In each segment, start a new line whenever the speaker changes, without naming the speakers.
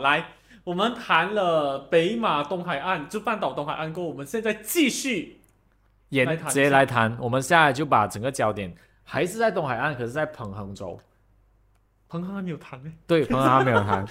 来，我们谈了北马东海岸，就半岛东海岸过，我们现在继续
也
来谈
直
一
接
下
来谈。我们现在就把整个焦点还是在东海岸，可是在彭亨州。
彭亨还没有谈 呢
对，彭亨还没有 谈，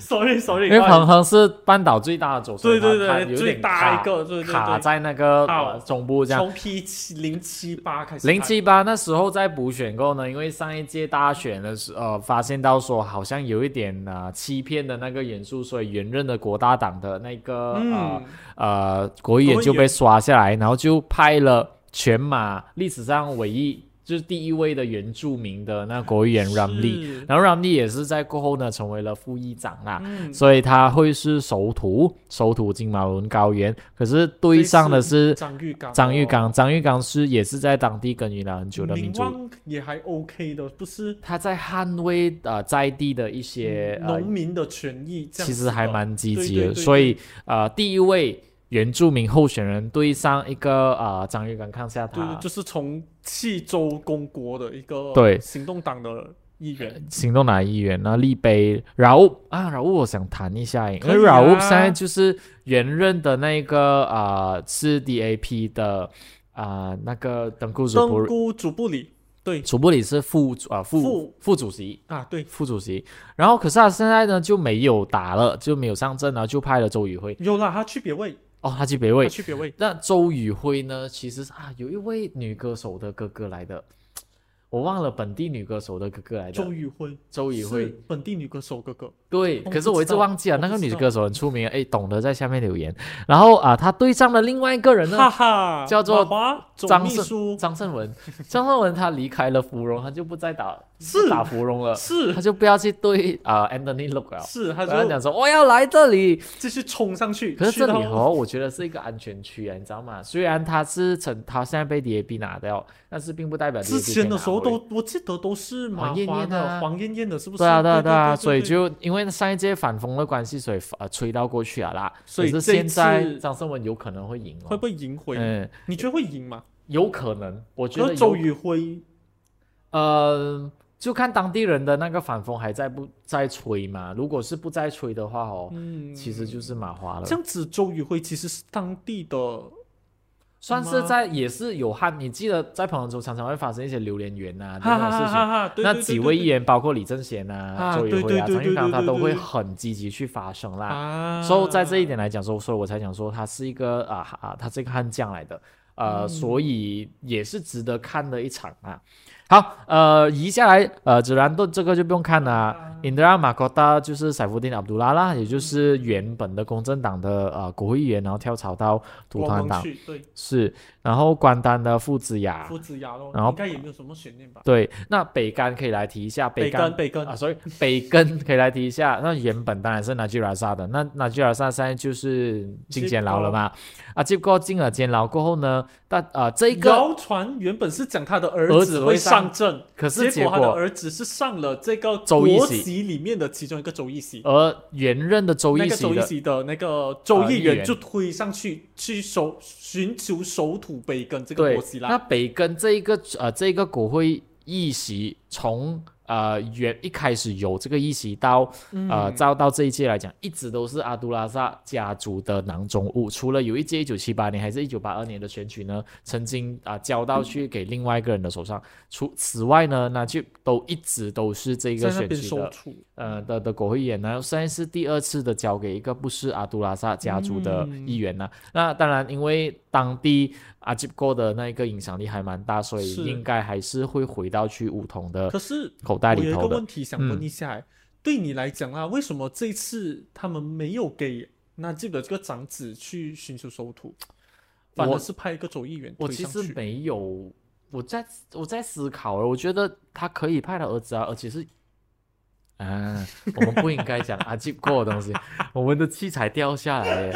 ，sorry sorry，
因为彭亨是半岛最大的州，所
对
以它
对
它
对
有点
最大
卡
一个，对对
卡
对，
在那个
好
呃中部这样。
从 P 七零七八开始谈，
零七八那时候在补选过呢，因为上一届大选的时呃，发现到说好像有一点呃欺骗的那个元素，所以原任的国大党的那个、
嗯，
呃呃国议员就被刷下来，然后就派了全马历史上唯一就是第一位的原住民的那国议员 Ramli，
是
然后 Ramli 也是在过后呢成为了副议长啦。
嗯，
所以他会是首土，首土金马伦高原。可是对上的是
张玉刚，
张玉，刚，张玉刚是也是在当地耕耘了很久的
哦
民
名
族，
望也还 OK 的，不是
他在捍卫呃在地的一些、呃
农，民的权益，这样
其
子
实
的
还蛮积极的。
对对对
所以呃，第一位原住民候选人对上一个呃张玉刚，看下
对
他，
就是从弃州公国的一个
对
行动党的议员，
行动党议员，然后立碑饶物啊，饶物我想谈一下耶，因
可
为
以
饶物
啊
现在就是原任的那个呃是 DAP 的啊、呃那个登固主
登
布
姑主布里，对
主布里是副主啊、副
副
副主席，
啊，对，
副主席。然后可是他现在呢就没有打了，就没有上阵了，就派了周宇辉。
有啦，他去别位，
哦，他去北
他
魏。
去别位，
那周宇辉呢，其实是啊有一位女歌手的哥哥来的，我忘了本地女歌手的哥哥来
周
的。
宇辉，
周宇
是
辉，
本地女歌手哥哥，
对，
我
可
不
是我一直
知道
忘记了啊
我
那个
不知
女
道
歌手很出名，哎，懂得在下面留言。然后啊，他对上了另外一个人呢，
哈哈，
叫做
妈妈总
张
秘
胜
书，
张 胜文。张胜文他离开了芙蓉，他就不再打
是
打芙蓉了，
是
他就不要去对啊、Anthony Look 了。
是，他
他就
就
讲说我要来这里，
继续冲上去，
可是
去
这
到
里哦，我觉得是一个安全区啊，你知道吗？虽然它是成，它现在被 DAB 拿掉，但是并不代表 DAB
之前的时候
可以拿回
都我记得都是马
黄艳
华
艳
的
啊
黄艳艳的，是不是？
对啊，对啊，
对对
啊，
对
所以
对
就因为上一届反风的关系，所以呃吹到过去了啦。
所以
可是
这一
现在
次
张胜文有可能会赢哦，
会不会赢回？
嗯，
你觉得会赢吗？
有可能，我觉
可
得
是周
有
宇辉
呃，就看当地人的那个反风还在不在吹嘛。如果是不在吹的话哦，
嗯，
其实就是马华了
这，样子，周宇辉其实是当地的，
算是
吗
在也是有汉。你记得在朋友中常常会发生一些榴莲园呐、啊、
哈
那
哈
种事情
哈。哈，对
那
对
几
对
位
对
议员，包括李正贤啊、
啊
周宇
对
辉啊、
对对
张玉
对
刚，
对
他
对
都
对
会
对
很积极去发声啦。
啊，
所以在这一点来讲说，所以我才讲说他是一个啊啊，他是一个悍将来的，呃，
嗯
所以也是值得看的一场啊。好，呃，移下来，呃，指然顿这个就不用看了啊。Indira m a k o t a 就是塞夫丁阿卜杜拉啦，也就是原本的公正党的呃国会议员，然后跳槽到独
国
团
盟
党
去对
是，然后关丹的傅子雅，
夫子牙咯，
然后
应该也没有什么悬念吧？
对，那北干可以来提一下，
北
干
根北根
啊，所以北根可以来提一下。那原本当然是拿吉拉萨的，那拿吉拉萨现在就是进监牢了嘛？啊，结果进了监牢过后呢，但啊、这一个
谣传原本是讲他的
儿
儿
子
子
会
会
上
上阵，
可是
结
结
果他的
果，
儿子是上了这个
州议
国
席
席里面的其中一个州议席，
而原任的州
那
议
个
席
州议
的
席的那个
呃
州
议
议
员
员就推上去去首寻求首土北根这个
对
国席，
那
啦，
北根这一个呃这一个国会议席从。呃，原一开始有这个议席到呃，
嗯
照到这一届来讲，一直都是阿杜拉萨家族的囊中物。除了有一届一九七八年还是一九八二年的选举呢，曾经啊、交到去给另外一个人的手上。除此外呢，那就都一直都是这个
在那
选
边
举
收
的
土，
呃的的国会议员呢，现在是第二次的交给一个不是阿杜拉萨家族的
嗯
议员呢。那当然，因为当地阿吉哥的那一个影响力还蛮大，所以
是
应该还是会回到去梧桐的嗯
可是
口
我
袋
有
里
一
头
个
的。
问题想问一下、哎对你来讲啊，为什么这一次他们没有给那吉的这个长子去寻求收徒，反
我
而是派一个州议员
我
推
其
上
实
去？
没有，我在我在思考欸了，我觉得他可以派他儿子啊，而且是，啊，我们不应该讲阿吉过的东西， 我们的器材掉下来耶。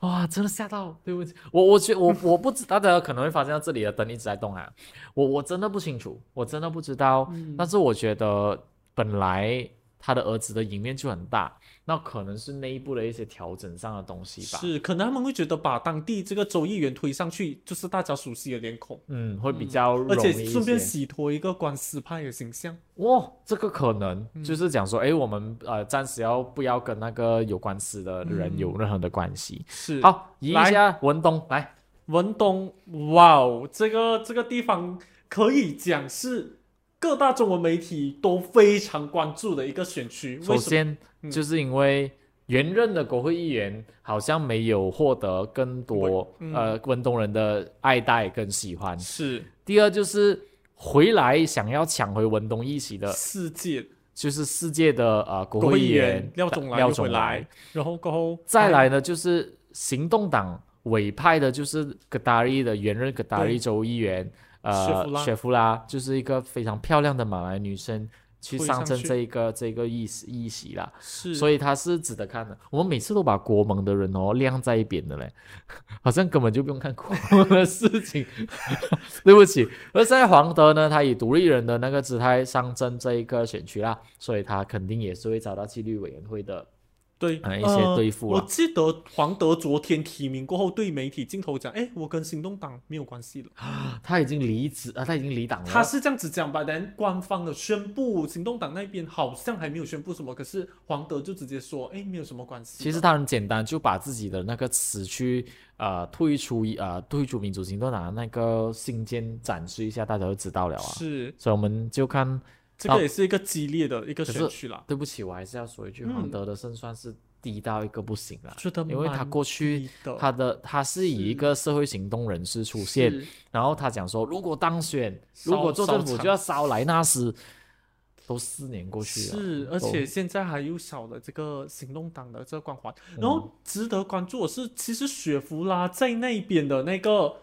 哇，真的吓到！对不起，我我觉我我不知大家可能会发现到这里的灯一直在动啊，我我真的不清楚，我真的不知道。
嗯
但是我觉得本来他的儿子的赢面就很大。那可能是内部的一些调整上的东西吧。
是，可能他们会觉得把当地这个州议员推上去，就是大家熟悉的脸孔，
嗯，会比较容易
而
一
且
些。
顺便洗脱一个官司派的形象。
哇，这个可能
嗯
就是讲说，哎、我们呃暂时要不要跟那个有官司的人有任何的关系？
是，
好，移一
来
下文东来，
文东，哇哦，这个这个地方可以讲是各大中文媒体都非常关注的一个选区。
首
为什么？
先
嗯
就是因为原任的国会议员好像没有获得更多、
嗯
呃文东人的爱戴跟喜欢。
是
第二就是回来想要抢回文东一席的，
世界
就是世界的呃国
国
会
会
议
议
员
员廖宗来
廖
又
总
回
来
来，，然后过后
再来呢，就是行动党委派的，就是戈达利的原任戈达利
对
州议员，
雪
呃
芙，拉
雪芙拉就是一个非常漂亮的马来女生，去
推
上
上
阵
去
这一个这个议席议席啦，
哎是，
所
以
以她是值得看的。我们每次都把国盟的人哦晾在一边的嘞， 好像根本就不用看国盟的事情。 对不起，而在黄德呢，他以独立人的那个姿态上阵这一个选区啦，所以他肯定也是会遭到纪律委员会的
对
呃一些对付
我
啦。
记得黄德昨天提名过后，对媒体镜头讲：“哎，我跟行动党没有关系了。
他已经离职啊，他已经离党了。
他是这样子讲吧，但官方的宣布，行动党那边好像还没有宣布什么，可是黄德就直接说：“哎，没有什么关系。”
其实他很简单，就把自己的那个词去呃退出一呃退出民主行动党的那个信件展示一下，大家就知道了啊。
是
所以我们就看，
这
到
个也是一个激烈的一个
可
选
是
区啦，
对不起，我还是要说一句，
嗯
黄德的胜算是低到一个不行了，
觉得
因为他
蛮
过去
低的
他的他是以一个社会行动人士出现，
是
然后他讲说，如果当选，
烧
如果做政府
烧厂
就要烧莱纳斯，都四年过去了，
是，而且现在还又少了这个行动党的这个光环。
嗯
然后值得关注的是，其实雪芙拉在那边的那个，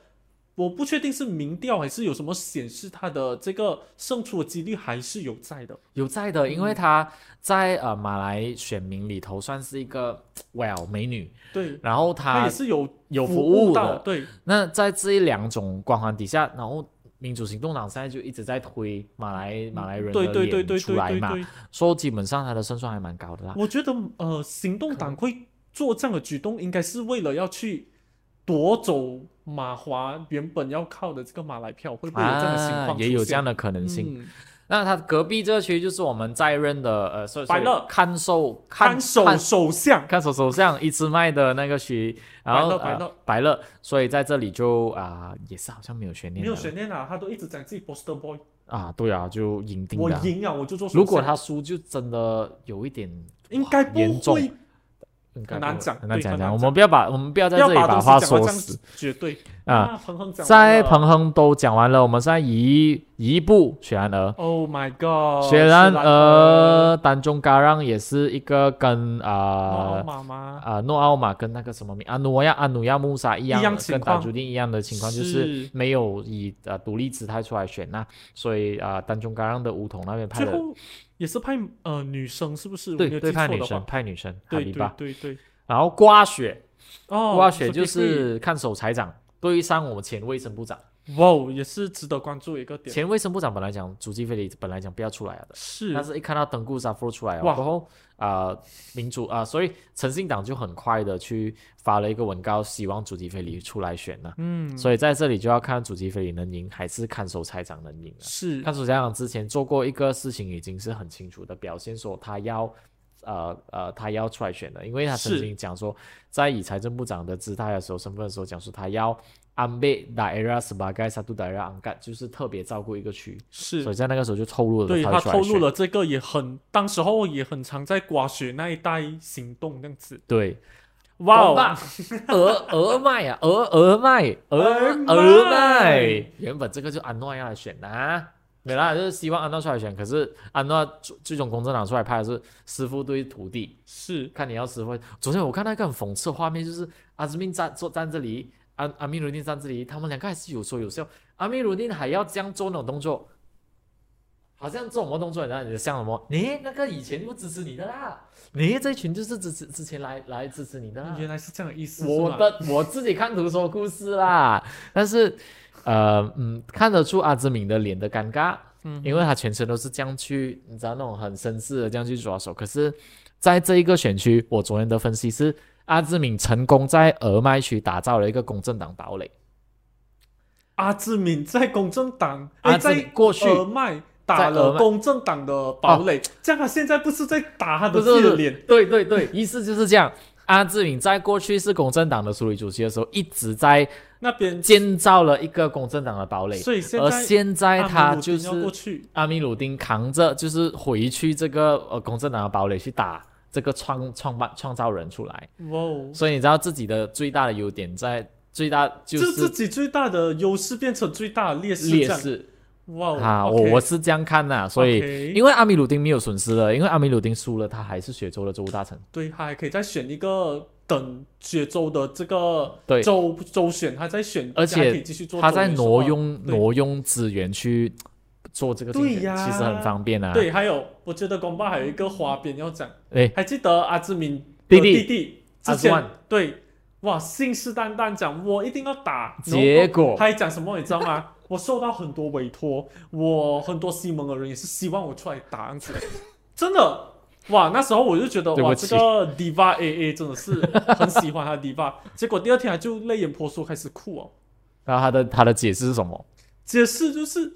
我不确定是民调还是有什么显示，他的这个胜出的几率还是有在的。
有在的，
嗯
因为她在呃马来选民里头算是一个 well 美女，
对，
然后
他
她
也是有
有服
服
务的
到，对，
那在这两种光环底下，然后民主行动党现在就一直在推马来马来人
嗯对
的
对对
脸
对
出
对
来
对
嘛，
对，
说基本上她的胜算还蛮高的啦。
我觉得呃，行动党会做这样的举动，应该是为了要去夺走马华原本要靠的这个马来票，会不会有这样的情
啊
况，出
也有这样
现
的可能性。
嗯
那他隔壁这区就是我们在任的呃，所以
百乐
看守看
看守首相，
看守首相一枝麦的那个区，然
白乐
后
白乐
呃、白乐，所以在这里就啊、也是好像没有悬
没
念的
有
了，
悬念啊，他都一直讲自己 poster boy，
啊，对啊，就赢定
我
的啊。
赢啊，我就做首相。
如果他输，就真的有一点
应该不
严重
会，
应该
很
不
难
会
讲
很难
对
讲
很
讲，
难
我们不要把我们不要在这
要
里
把东西
话
讲到
说
这样
死，
绝对
啊。
彭亨讲完
在
了
彭亨都讲完了，我们现在移移一步雪兰莪。
，Oh my God，
雪兰
是兰
莪丹中嘎让也是一个跟啊
哦妈妈
啊，诺奥马跟那个什么名啊，努亚啊努亚穆沙一样的，
一样情
跟达
况
朱定一样的情况，就是
是
没有以呃独立姿态出来选呐、所以啊、呃，丹中嘎让的梧桐那边
最
派了，
后也是派呃女生，是不是？我没
对
有
对，
记
派
错
女
的
生
话，
派女生哈
对
比
对
巴，
对对，
然后瓜雪
哦，
瓜雪就
Suzuki
是看守财长。对上我们前卫生部长，
哇哦，也是值得关注一个点。
前卫生部长本来讲主席费里本来讲不要出来了的，
是
但是一看到登固沙夫出来了，
哇
然后啊、呃民主啊、所以诚信党就很快的去发了一个文告，希望主席费里出来选呢、
嗯，
所以在这里就要看主席菲里能赢还是看守财长能赢了。
是
看守财长之前做过一个事情，已经是很清楚的表现说他要，呃呃，他要出来选的，因为他曾
是
经讲说，在以财政部长的姿态的时候、身份的时候，讲说他要 ambil daerah sebagai satu daerah angkat，就是特别照顾一个区，所以
是，
在那个时候就透露了
对
会
他
出来
透露
选。
了这个也很，当时候也很常在刮雪那一带行动这样子。
对，
哇哦，
吧，俄俄麦啊，俄俄麦，俄
俄麦
俄麦，原本这个就安诺要来选的、啊，没啦，就是希望安诺出来选。可是安诺最最终公正党出来派的是师傅对徒弟，
是
看你要师傅。昨天我看到一个很讽刺的画面，就是阿兹敏站坐站这里，安阿米鲁丁站这里，他们两个还是有说有笑。阿米鲁丁还要这样做那种动作，好像做什么动作，然后你就像什么，你那个以前不支持你的啦，你这群就是支持之前来来支持你的啦。
原来是这样的意思。是
我
吗
的我自己看图说故事啦，但是呃嗯，看得出阿兹敏的脸的尴尬，
嗯
因为他全程都是这样去，你知道那种很绅士的这样去抓手。可是，在这一个选区，我昨天的分析是，阿志敏成功在俄麦区打造了一个公正党堡垒。
阿志敏在公正党，
阿
哎，
志
在
敏过去
俄麦打
在俄
了
麦哦
公正党的堡垒，这样他现在不是在打他的
不是
自己
不是
的脸？
对对对，意思就是这样。阿志敏在过去是公正党的处理主席的时候，一直在
那边，
建造了一个公正党的堡垒，
所以现
而
在
现在
阿姆
他
鲁
就
丁要
是
过去，
阿米鲁丁扛着，就是回去这个呃公正党的堡垒去打这个创创办创造人出来。
哇哦，
所以你知道自己的最大的优点在最大就
就自
是
己最大的优势变成最大的劣势，
劣
这样，
势
哇哦，
啊，我
OK
我是这样看的、所以
OK
因为阿米鲁丁没有损失了，因为阿米鲁丁输了，他还是雪州的州务大臣。
对他还可以再选一个等雪州的这个
对
州州选，他再选，
而且
还可以继续做州
他
员是吧。
在挪用
对
挪用资源去做这个竞
对
选，
呀
其实很方便啊。
对，还有我觉得公爸还有一个花边要讲，
哎，
还记得阿志明
弟
的
弟
弟弟
阿
之
兹万
前对哇信誓旦旦讲我一定要打，哦
结果
他还讲什么你知道吗？ 我受到很多委托，我很多西蒙的人也是希望我出来打样子，真的。哇，那时候我就觉得
对不
哇，
起
这个 diva A A 真的是很喜欢他的 diva，结果第二天他就泪眼婆娑开始哭哦。
然后他的他的解释是什么？
解释就是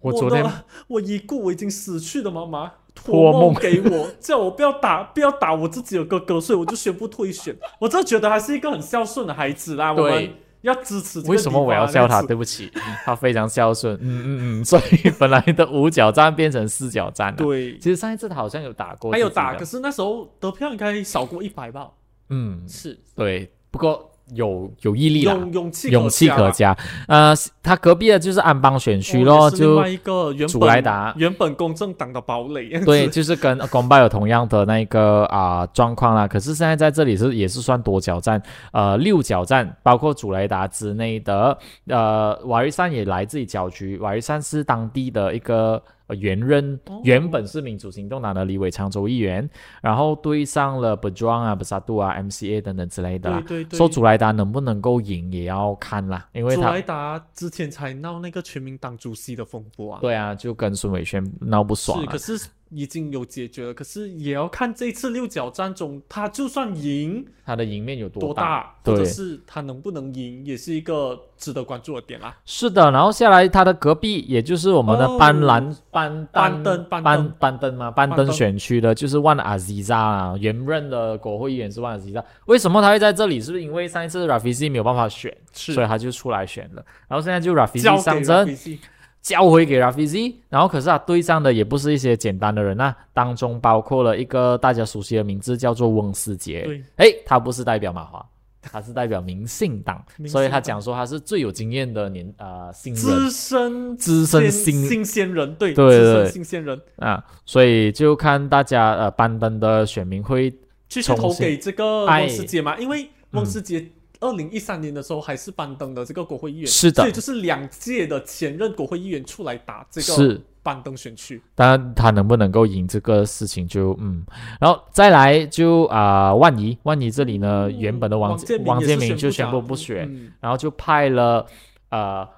我
我
昨天
的我已故我已经死去的妈妈
托
托梦
梦
给我，叫我不要打不要打我自己的哥哥，所以我就宣布退选。我真的觉得他是一个很孝顺的孩子啦，我们
对，
要支持这个
为什
地
么
方
我要
这
笑
样
他？
子
对不起，嗯他非常孝顺。嗯嗯嗯，所以本来的五角战变成四角战了。
对，
其实上一次他好像有打过，
还有打，可，是那时候得票应该少过一百吧？
嗯，
是
对，不过有有毅力啦，
勇勇气
勇气可
嘉啦。
嘉。呃，他隔壁的就是安邦选区
哦也
咯，
是另
就
外一个原
祖莱
本
达
原本公正党的堡垒，
对，，就是跟公拜有同样的那个啊、状况啦。可是现在在这里是也是算多角战，呃，六角战，包括祖雷达之内的，呃，瓦瑞山也来自于角局，瓦瑞山是当地的一个。呃原任
哦
原本是民主行动党的李伟昌州议员，然后对上了 b e j o n 啊、b e s a d u 啊、MCA 等等之类的啦
对。对对，
说祖莱达能不能够赢也要看啦，因为
祖
他
莱达之前才闹那个全民党主席的风波啊，
对啊，就跟孙伟轩闹不爽
是，
啊
可。是已经有解决了，可是也要看这一次六角战中，他就算赢
他的赢面有
多
多大？
大，或者
对
是他能不能赢，也是一个值得关注的点啦。
是的，然后下来他的隔壁，也就是我们的
哦
班兰、班
班登班
班班
登
班登嘛，班
班
登
登
选区的，就是万阿吉扎啊，原任的国会议员是万阿吉扎。为什么他会在这里？是不是因为上一次 Rafizi 没有办法选，
是
所以他就出来选了。然后现在就
哦交
Rafizi
给
上阵，
Rafizi
交回给 Rafizi，然后可是他对上的也不是一些简单的人啊，当中包括了一个大家熟悉的名字叫做翁思杰。
对，
诶，他不是代表马华，他是代表民信党，
民
所以
信
他
党
讲说他是最有经验的年呃新人
资深
资深
新
新
新鲜人，对
对
资
对
深新鲜人，
啊，所以就看大家呃班登的选民会
继续
重
投
新
给这个
哎嗯
翁世杰嘛，因为翁世杰。二零一三年的时候还是班登的这个国会议员，
是的
所以就是两届的前任国会议员出来打这个
是，
班登选区，
但他能不能够赢这个事情就嗯，然后再来就啊、万怡万怡这里呢，呃原本的王
王建
王
也
建
是
民就宣
打
布不选，
嗯
然后就派了呃，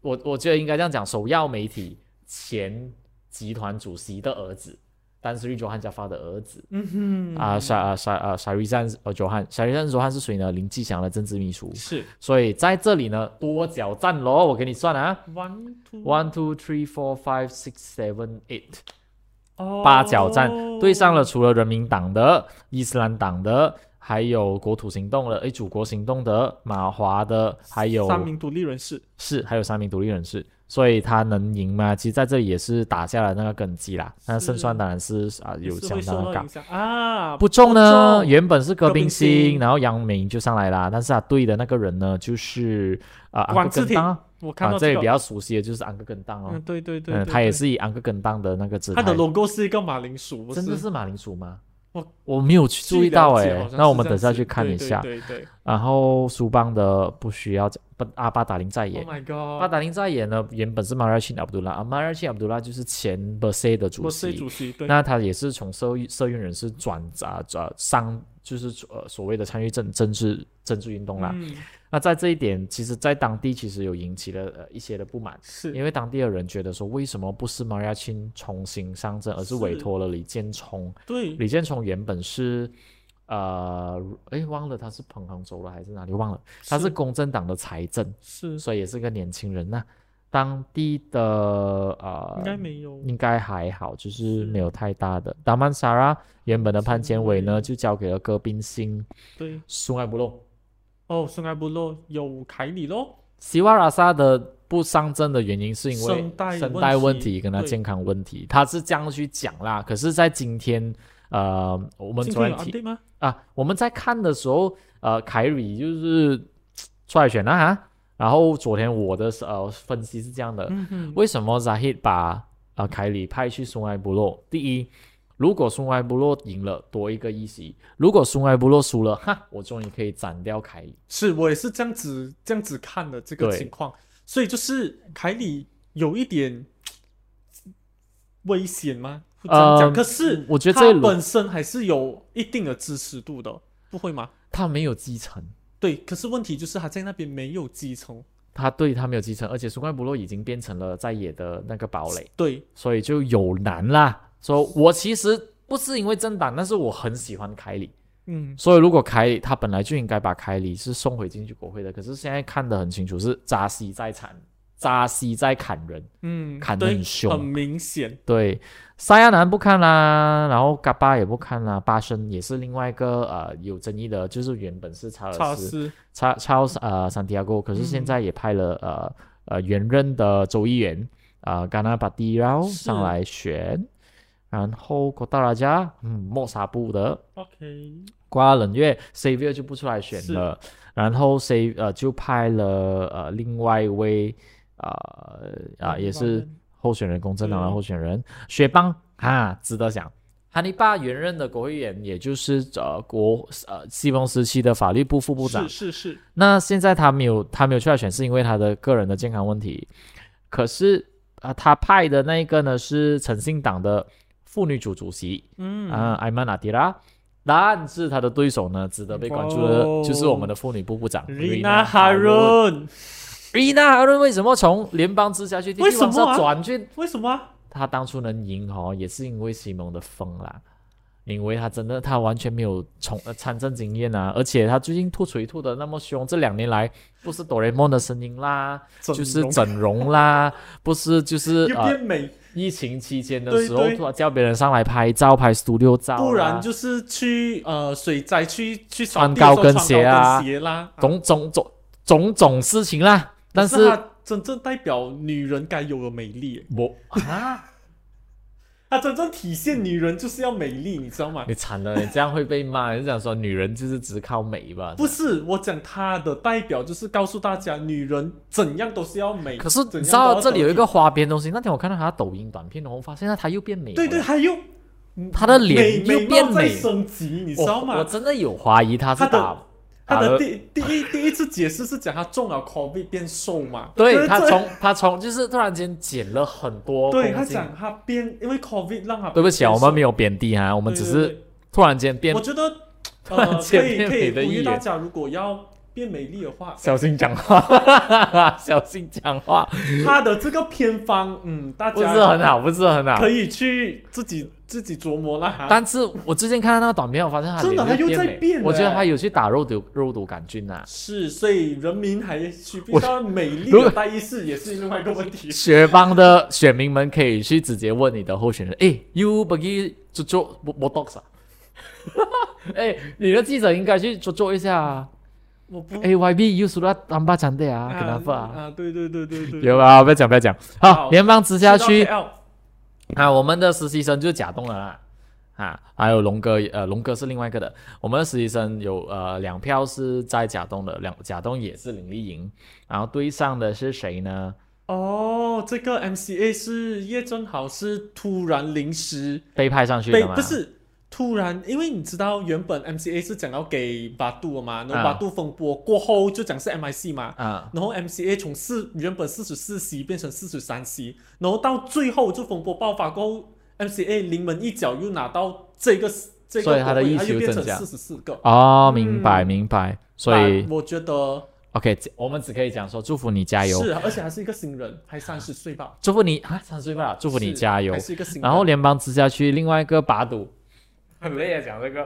我我觉得应该这样讲，首要媒体前集团主席的儿子，但是玉卓汉家发的儿子
嗯哼
啊，沙啊沙啊沙瑞赞呃卓汉，沙瑞赞卓汉是谁呢？林志祥的政治秘书，
是
所以在这里呢多角战咯，我给你算啊
one two
，one two three four five six seven eight。
哦
八角战，对上了除了人民党的、伊斯兰党的，还有国土行动的，诶，祖国行动的、马华的，还有
三名独立人士，
是还有三名独立人士，所以他能赢吗？其实在这里也是打下了那个根基啦。那胜算当然是啊、有
是
相
会
当
受
的
到
高
影。响啊，
不中呢，
不中
原本是戈宾
戈宾
星，
星
然后杨明就上来啦，但是他对的那个人呢，就是啊安
管
格
制
根当啊，
我看
啊
到
这
这
里
个
比，较熟悉的就是安格根当哦
嗯，，对对对，
嗯，
对
他也
对
是以安格根当的那个姿态
他的 logo 是一个马铃薯，不
真的是马铃薯吗？
我
我没有去注意到
哎、
哎、
好像是
那我们
这样
等下
子
去看
对
一下。
对对 对
然后苏邦的不需要讲，不阿巴达林在演
o h，my Oh
巴
god，
哦达林在演呢原本是马拉钦阿卜杜拉，啊马拉钦阿卜杜拉就是前 b e r s e 的主
我是
席，
主席，对，
那他也是从社运社运人士转啊转上就是呃所谓的参与政政治政治运动啦。
嗯，
那在这一点，其实在当地其实有引起了呃一些的不满，
是，
因为当地的人觉得说，为什么不是 Maria Chin 重新上阵，而是委
是
托了李建冲？
对，
李建冲原本是呃，诶，忘了他是彭杭州了还是哪里忘了，他是公正党的财政，
是
所以也是个年轻人呐、当地的呃，
应该没有，
应该还好，就是
是
没有太大的。达曼萨拉原本的潘建伟呢，
嗯
就交给了戈宾辛、
对，
苏艾布隆。
哦，圣埃布洛有凯里咯，
席瓦拉萨的不上阵的原因是因为
声带
声带问
问
题
题
跟他
对
健康问题，他是这样去讲啦。可是，在今天，呃，我们
今
昨
天
天
有
提
update 吗？
啊，我们在看的时候，呃，凯里就是出来选了哈。然后昨天我的呃分析是这样的，
嗯哼，
为什么 Zahid 把呃凯里派去松埃部落？第一，如果松埃部落赢了，多一个议席；如果松埃部落输了，哈，我终于可以斩掉凯里。
是我也是这样子这样子看的这个
对
情况，所以就是凯里有一点危险吗？会这样讲，
呃
可是
我觉得这一
他
轮
本身还是有一定的支持度的，不会吗？
他没有继承，
对，可是问题就是他在那边没有继承，
他对他没有继承，而且松埃部落已经变成了在野的那个堡垒，
对，
所以就有难啦。说我其实不是因为政党，但是我很喜欢凯里，
嗯，
所以如果凯里他本来就应该把凯里是送回进去国会的，可是现在看得很清楚是扎西在砍，扎西在砍人。
嗯，
砍得
对
很凶啊
很明显，
对，沙亚南不看啦，然后嘎巴也不看啦，巴生也是另外一个呃有争议的，就是原本是查尔
查尔
斯
斯
查查尔斯呃santiago，可是现
嗯
在也派了、呃呃原任的州议员啊甘纳巴蒂然后上
是
来选，然后国大拉加嗯莫沙布的
，OK，
瓜冷月 Xavier 就不出来选
是
了，然后 C 呃就派了呃另外一位呃啊、也是。候选人，公正党的
对
候选人，雪邦啊，值得想。哈尼巴原任的国会议员，也就是呃国呃西蒙时期的法律部副部长
是。是是，
那现在他没有他没有出来选，是因为他的个人的健康问题。可是啊、呃他派的那一个呢是诚信党的妇女组主席
嗯
啊、艾曼阿迪拉。但是他的对手呢，值得被关注的
哦
就是我们的妇女部部长
Rina
Harun。
Harun，
Rina Harun 为什么从联邦直辖区地
为
区
什么
往上
啊
转去
为什么啊？
他当初能赢哦，也是因为西蒙的风啦，因为他真的他完全没有从呃参政经验啊，而且他最近吐水吐的那么凶，这两年来不是哆啦 A 梦的声音啦，就是
容
整容 啦，不是就是
又
呃
变美，
疫情期间的
对
时候
对
突然叫别人上来拍照拍 studio 照啊啦，
不然就是去呃水灾去去扫
穿
地的时候
高跟
穿
鞋啊
高跟鞋啦，啊
种种种种种事情啦，但
可是啊
是
它真正代表女人该有的美丽耶，
我 啊。
它真正体现女人就是要美丽，你知道吗？
你惨了，你这样会被骂。你是想说女人就是只靠美吧？
不是，我讲它的代表就是告诉大家，女人怎样都是要美。
可是你
怎
知
样都要
道这里有一
得
个花边东西，那天我看到他的抖音短片，然后发现他又变美
体，
了，哦
对对，还有
他的脸
美
又
美
变
貌在
美，
升级，你知道
我我
吗？
真的有怀疑他是
他的
打
他
打
的
了，
第第一第一次解释是讲他中了 COVID 变瘦嘛，
对
这
他
这
从他从就是突然间减了很多
对他
公斤。
讲他变，因为 COVID 让他
哦对不起啊，
变
我
瘦
们没有贬低啊，我
我
们只是突然间变
我，觉 得
突然
呃，可
间
以
变
可
美
以
的
呼
一
吁
员
大家，如果要变美丽的话，
小心讲话， 小心讲话，
它的这个偏 方，嗯，大
不
家
是很好，不啊是很好
可。以去自己自己琢磨啦。哈
但是我之前看到那个短片，我发现他
真的
脸
他又
变
在
美
变
我觉得
了
他有去打肉毒肉毒杆菌啊呐。
是，所以人民还需必
我
到美丽
如果
的代议士也是另外一个问 题。
学帮的选民们可以去直接问你的候选人，诶 y o u bagi 做做 botox 啊？ 哎，你的记者应该去做做一下啊。
我不
A Y B you sudah tambah cantik 啊，给他
啊
发啊。
啊，对对对对对，
有啊，不要讲不要讲。好，
好
联邦直
下
辖区
，KL,
啊，我们的实习生就是假动了啦。啊，还有龙哥，呃，龙哥是另外一个的。我们的实习生有呃两票是在假动的，两假动也是林丽莹，然后对上的是谁呢？
哦，这个 MCA 是叶正豪是突然临时
被派上去
被
的吗？
不是突然，因为你知道原本 MCA 是讲要给巴杜的嘛，然后
啊
巴杜风波过后就讲是 MIC 嘛，
啊，
然后 MCA 从四原本四十四席变成四十三席，然后到最后就风波爆发过后，MCA 临门一脚又拿到这个这个
所以他
国
的
会
议
他
席
就
又
变
增
成
加
四十四个。
哦，明白
嗯
明白，所以
但我觉得
OK，这我们只可以讲说祝福你加油，
是啊，而且还是一个新人，还三十岁吧。
祝福你啊，三十岁半了，祝福你
是
加油
还。是一个新人。
然后联邦直辖区另外一个把赌， 我们也讲这个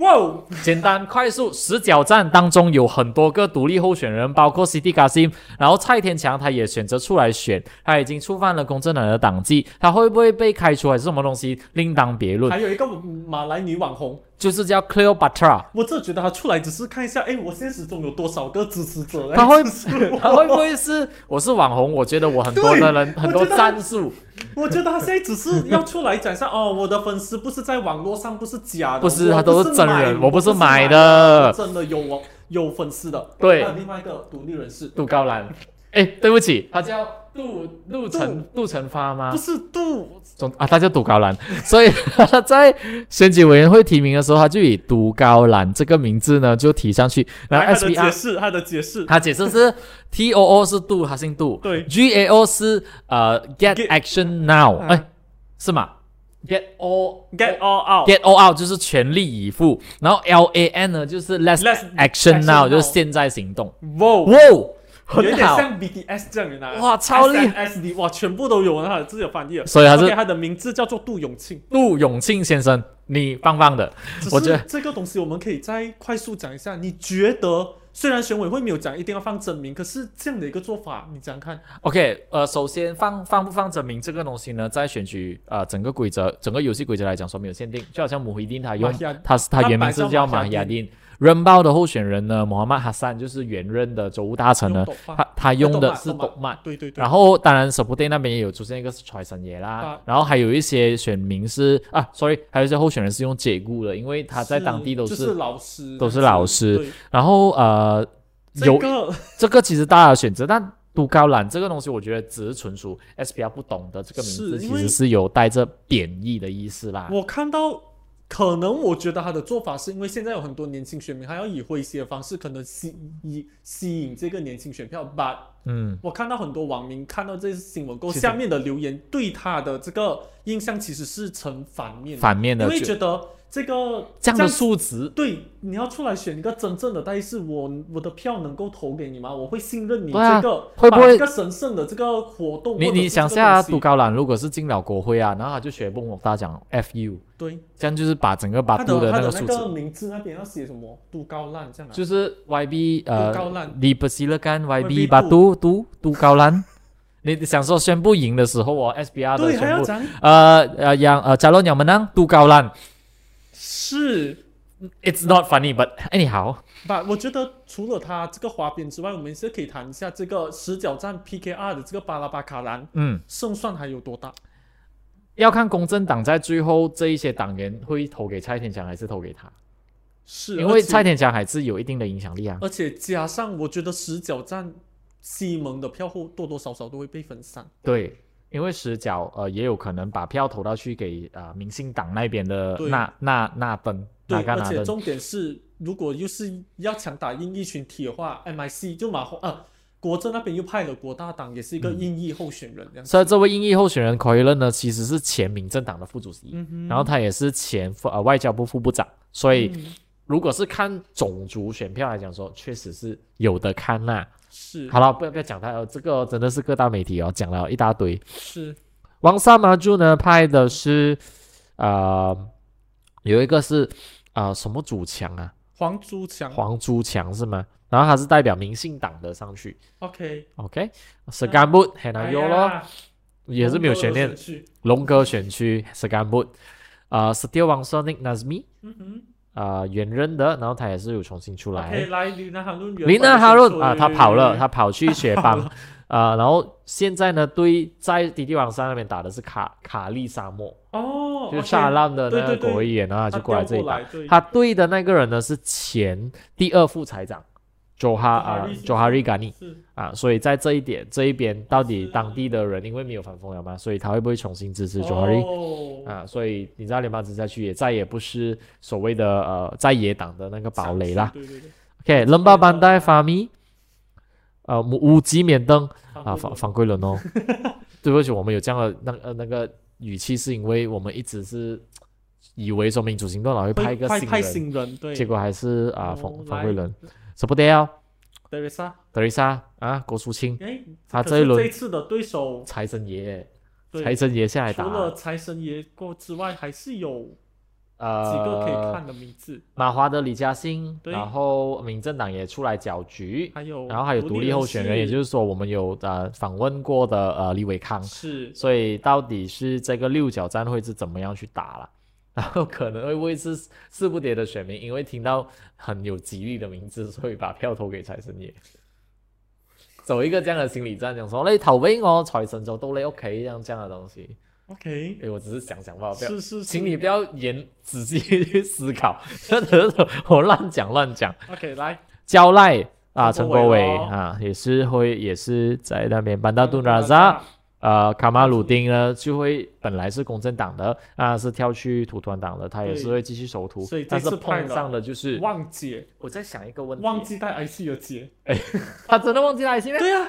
哇哦，
简单快速十角战当中有很多个独立候选人，包括 City Gasim，然后蔡天强他也选择出来选，他已经触犯了公正党的党纪，他会不会被开除还是什么东西，另当别 论。
还有一个马来女网红，
就是叫 Cleopatra，
我真的觉得她出来只是看一下，哎，我现实中有多少个支持者来哎
他会
支持我？
他会不会是我是网红？我觉得我很多的人很多战术，
我觉得她现在只是要出来讲一下，哦，我的粉丝不是在网络上，不是假的，
不是
我
他都是真
买
人，
我
我不是
买，
买
我
的。
真的有网有粉丝的。
对
还有另外一个独立人士，
杜高兰，哎，对不起，他叫杜杜成杜成发吗
不？是杜，
总啊，他叫杜高兰，所以 他在选举委员会提名的时候，他就以杜高兰这个名字呢就提上去。然后
来他的解
SBR
释，他的解释，
他解释是 T O O 是杜，他姓杜。
对
，G A O 是呃 Get
Get-
Action Now，
嗯
哎，是吗？Get all
get all out，
Get all out 就是全力以赴，然后 L A N 呢就是 Let's
Let's
Action
action
Now
now
就是现在行动。哇
哇，，哦有
很
点
好，
像 BTS 这样的呢。
哇超厉
S D 哇，全部都有他的自己的翻译了。
所以他是
OK，他的名字叫做杜永庆。
杜永庆先生，你棒棒的。
只
我觉得
是这个东西我们可以再快速讲一下。你觉得虽然选委会没有讲一定要放真名，可是这样的一个做法，你想想看，
OK，呃，首先放放不放证明这个东西呢，在选举呃整个规则、整个游戏规则来讲，说没有限定，就好像姆希丁他用
马亚
他是他
他
原名
摆
是
上
叫
马
马
亚
亚丁，人报的候选人呢，穆罕默哈散就是原任的州务大臣
用
呢，
抖发
他他用的是
懂吗
斗曼。
对对对，
然后当然，手部队那边也有出现一个是财神爷啦，
啊
然后还有一些选民是啊，sorry，还有一些候选人是用解雇的，因为他在当地都
是
是，
就是老师，
都是老师
对。
然后呃，
这
有
个
这个其实大家的选择，但杜高兰这个东西，我觉得只是纯属 SPR 不懂的这个名字，
是
其
因为
实是有带着贬义的意思啦。
我看到，可能我觉得他的做法是因为现在有很多年轻选民，他要以诙谐的方式，可能吸以吸引这个年轻选票。But
嗯，
我看到很多网民看到这些新闻过后，
其实
下面的留言对他的这个印象其实是成反面的，
反面
因
的
为
就
觉得这个
这样的
子
数值，
对，你要出来选一个真正的代是我我的票能够投给你吗？我会信任你
对啊
这个，
会不会
把这个神圣的这个活动？
你
或者
你
是
想
这个
下、啊，
东西
杜高兰如果是进了国会啊，然后他就学蹦蹦大奖 FU，
对
这样就是把整个巴
他
杜
的他
啊那
的
个数
那
值，
个名字那边要写什么？杜高烂这样啊？
就是 YB 呃
杜高兰
里不西勒干 YB
YB
巴
杜
杜杜杜高兰， 你你想说宣布赢的时候哦，SPR 的
对，还
宣
要
布。
讲
呃呃，杨呃，假如你们呢，杜高兰
是。
，It's not funny, but anyhow，
把我觉得除了他这个花边之外，我们是可以谈一下这个十角战 PKR 的这个巴拉巴卡兰
嗯，
胜算还有多大？
要看公正党在最后这一些党员会投给蔡天强还是投给他，
是
因为
差
蔡天强还是有一定的影响力啊。
而且加上我觉得十角战西蒙的票户多多少少都会被分散，
对，因为十角呃也有可能把票投到去给呃民进党那边的
对
那那那登，
对，
那个
而
那
且
登，
重点是，如果又是要强打英裔群体的话，MIC 就马后啊，国政那边又派了国大党，也是一个
嗯
英裔候选人这样子。
所以这位英裔候选人 c o i l 呢，其实是前民政党的副主席，
嗯哼，
然后他也是前副呃外交部副部长，所以
嗯
如果是看种族选票来讲说，确实是有的看啦、
是
好了，不要不要讲他了，这个哦、真的是各大媒体哦讲了一大堆。
是
王萨麻柱呢拍的是，呃，有一个是呃什么主强啊，
黄珠强
黄珠强是吗？然后他是代表民信党的上去
o k
，OK，s a m b u t 很难用咯，
哎呀
也是没有悬念
红。豆的选区
龙哥选区 s a m b u t 啊 s t e e l 王 Sonic Nazmi
嗯哼。
啊、原任的，然后他也是有重新出来。
OK，来林南哈润，
林娜哈润啊，他跑了，他
他
跑去雪 邦啊、然后现在呢，对在迪迪王山那边打的是卡卡利沙漠，
哦，
就是
OK，
沙浪的
对
那个
对
国
对
会议员，然后他
他
就过来
调
这里
过
打
来。对
他对的那个人呢是前第二副财长佐哈啊
Johari 是
佐哈瑞甘尼
是
啊，所以在这一点这一边，到底
是
当地的人因为没有反风了嘛，所以他会不会重新支持佐哈瑞？
哦，
啊，所以你知道联邦直辖区也再也不是所谓的呃在野党的那个堡垒啦。
对对对，
OK，伦巴班代法米，呃，五五级免登啊，
啊
反反归 轮哦。对不起，我们有这样的那呃那个语气，是因为我们一直是以为说民主行动党会派
派
一个
派
新
派
人，
新人，对，
结果还是啊
哦
冯冯
来
慧伦舍不得要
德瑞莎，
德丽莎啊郭淑清
哎，
他
可
啊这
是
一轮
这一次的对手，
财神爷
对
财神爷下来
除
打
了财神爷过之外，还是有几
呃
个可以看的名字，
马华的李嘉欣，
对
然后民政党也出来搅局。
还有
呃然后还有独立候选人，也就是说我们有呃访问过的呃李伟康，
是
所以到底是这个六角战会是怎么样去打了？ 然后可能会不会是四不迭的选民，因为听到很有吉利的名字，所以把票投给财神爷， 走一个这样的心理战，讲说你哎投俾我，哦财神就到你屋企，这样这样的东西。哎
OK，
诶，我只是想想罢了，不要
是是，
请
是
你不要严仔细去思考， 真的我乱讲乱讲。
OK 来，
焦赖啊，
陈
陈
国
国
伟哦嗯
伟
咯
啊，也是会也是在那边班达杜
拉
拉扎，呃，卡马鲁丁呢就会本来是公正党的啊，是跳去土团党的，他也是
对
会继续守土
所以，这
但是
次派
碰上
了
的就是
忘姐
我在想一个问
忘，记带 IC 的姐，
他真的忘记了是因为
对啊，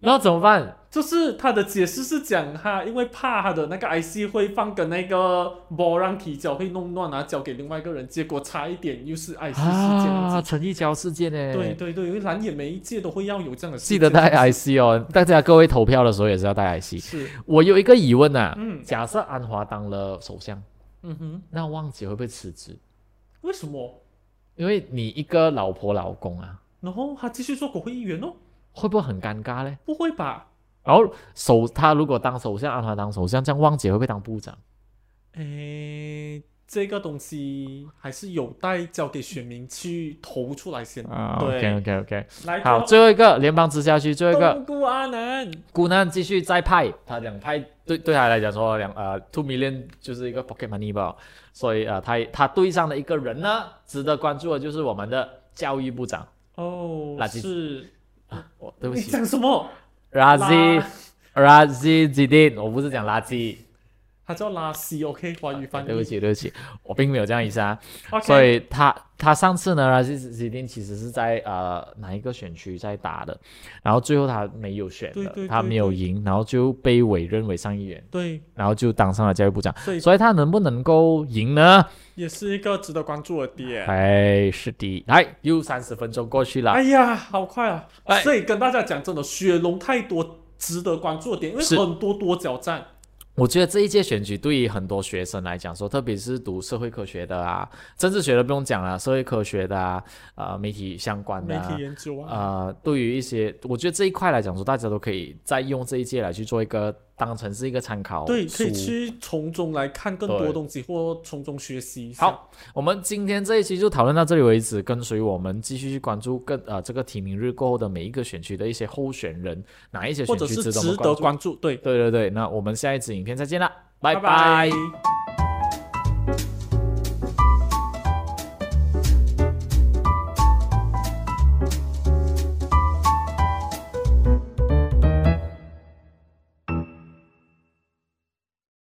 然后怎么办？
就是他的解释是讲他因为怕他的那个 IC 会放跟那个 b 让提交会弄乱啊，交给另外一个人，结果差一点又是 IC 事件了。
啊，陈义交事件呢？
对，对对，因为蓝眼每一届都会要有这样的事
记
件。
得带 IC 哦，大家各位投票的时候也是要带 IC。
是，
我有一个疑问啊，
嗯
假设安华当了首相，
嗯哼，
那旺姐会不会辞职？
为什么？
因为你一个老婆老公啊，
然后他继续做国会议员哦？
会不会很尴尬嘞？
不会吧？
然后首他如果当首相，安华当首相，这样汪姐会不会当部长？
诶，这个东西还是有待交给选民去投出来先。
啊
对
OK OK OK，
来，
好，最后一个联邦直辖区，最后一个
东姑阿南，
姑南继续再派，他两派对对他来讲说两呃 two million 就是一个 pocket money 吧，所以呃他他对上的一个人呢，值得关注的就是我们的教育部长，
哦，
垃圾
是，
哦对不
你
起
讲什么？
，Razi Razi Zidin，我不是讲垃圾，
他叫拉西，OK，华语翻译。
啊对不起对不起，我并没有这样意思啊。
OK，
所以他他上次呢，拉西斯汀其实是在呃哪一个选区在打的，然后最后他没有选的，
对对
他
对
没有
对
赢，然后就被委任为上议员，
对，
然后就当上了教育部长。
所以
所以他能不能够赢呢？
也是一个值得关注的点。
哎，是的，来，又三十分钟过去了，
哎呀，好快啊！
哎
所以跟大家讲真的，雪龙太多值得关注的点，因为
是
很多多角战。
我觉得这一届选举对于很多学生来讲说，特别是读社会科学的啊、政治学的不用讲了，社会科学的啊、呃媒体相关的、
媒
啊、
体研究啊，
呃，对于一些，我觉得这一块来讲说，大家都可以再用这一届来去做一个当成是一个参考。
对，可以。去从中来看更多
对
东西，或从中学习一下。
好，我们今天这一期就讨论到这里为止，跟随我们继续去关注更呃这个提名日过后的每一个选区的一些候选人，哪一些
或者
选区
是
值得我们
值
关
得
注？
关注，对，
对对对，那我们下一次影片再见啦，拜
拜拜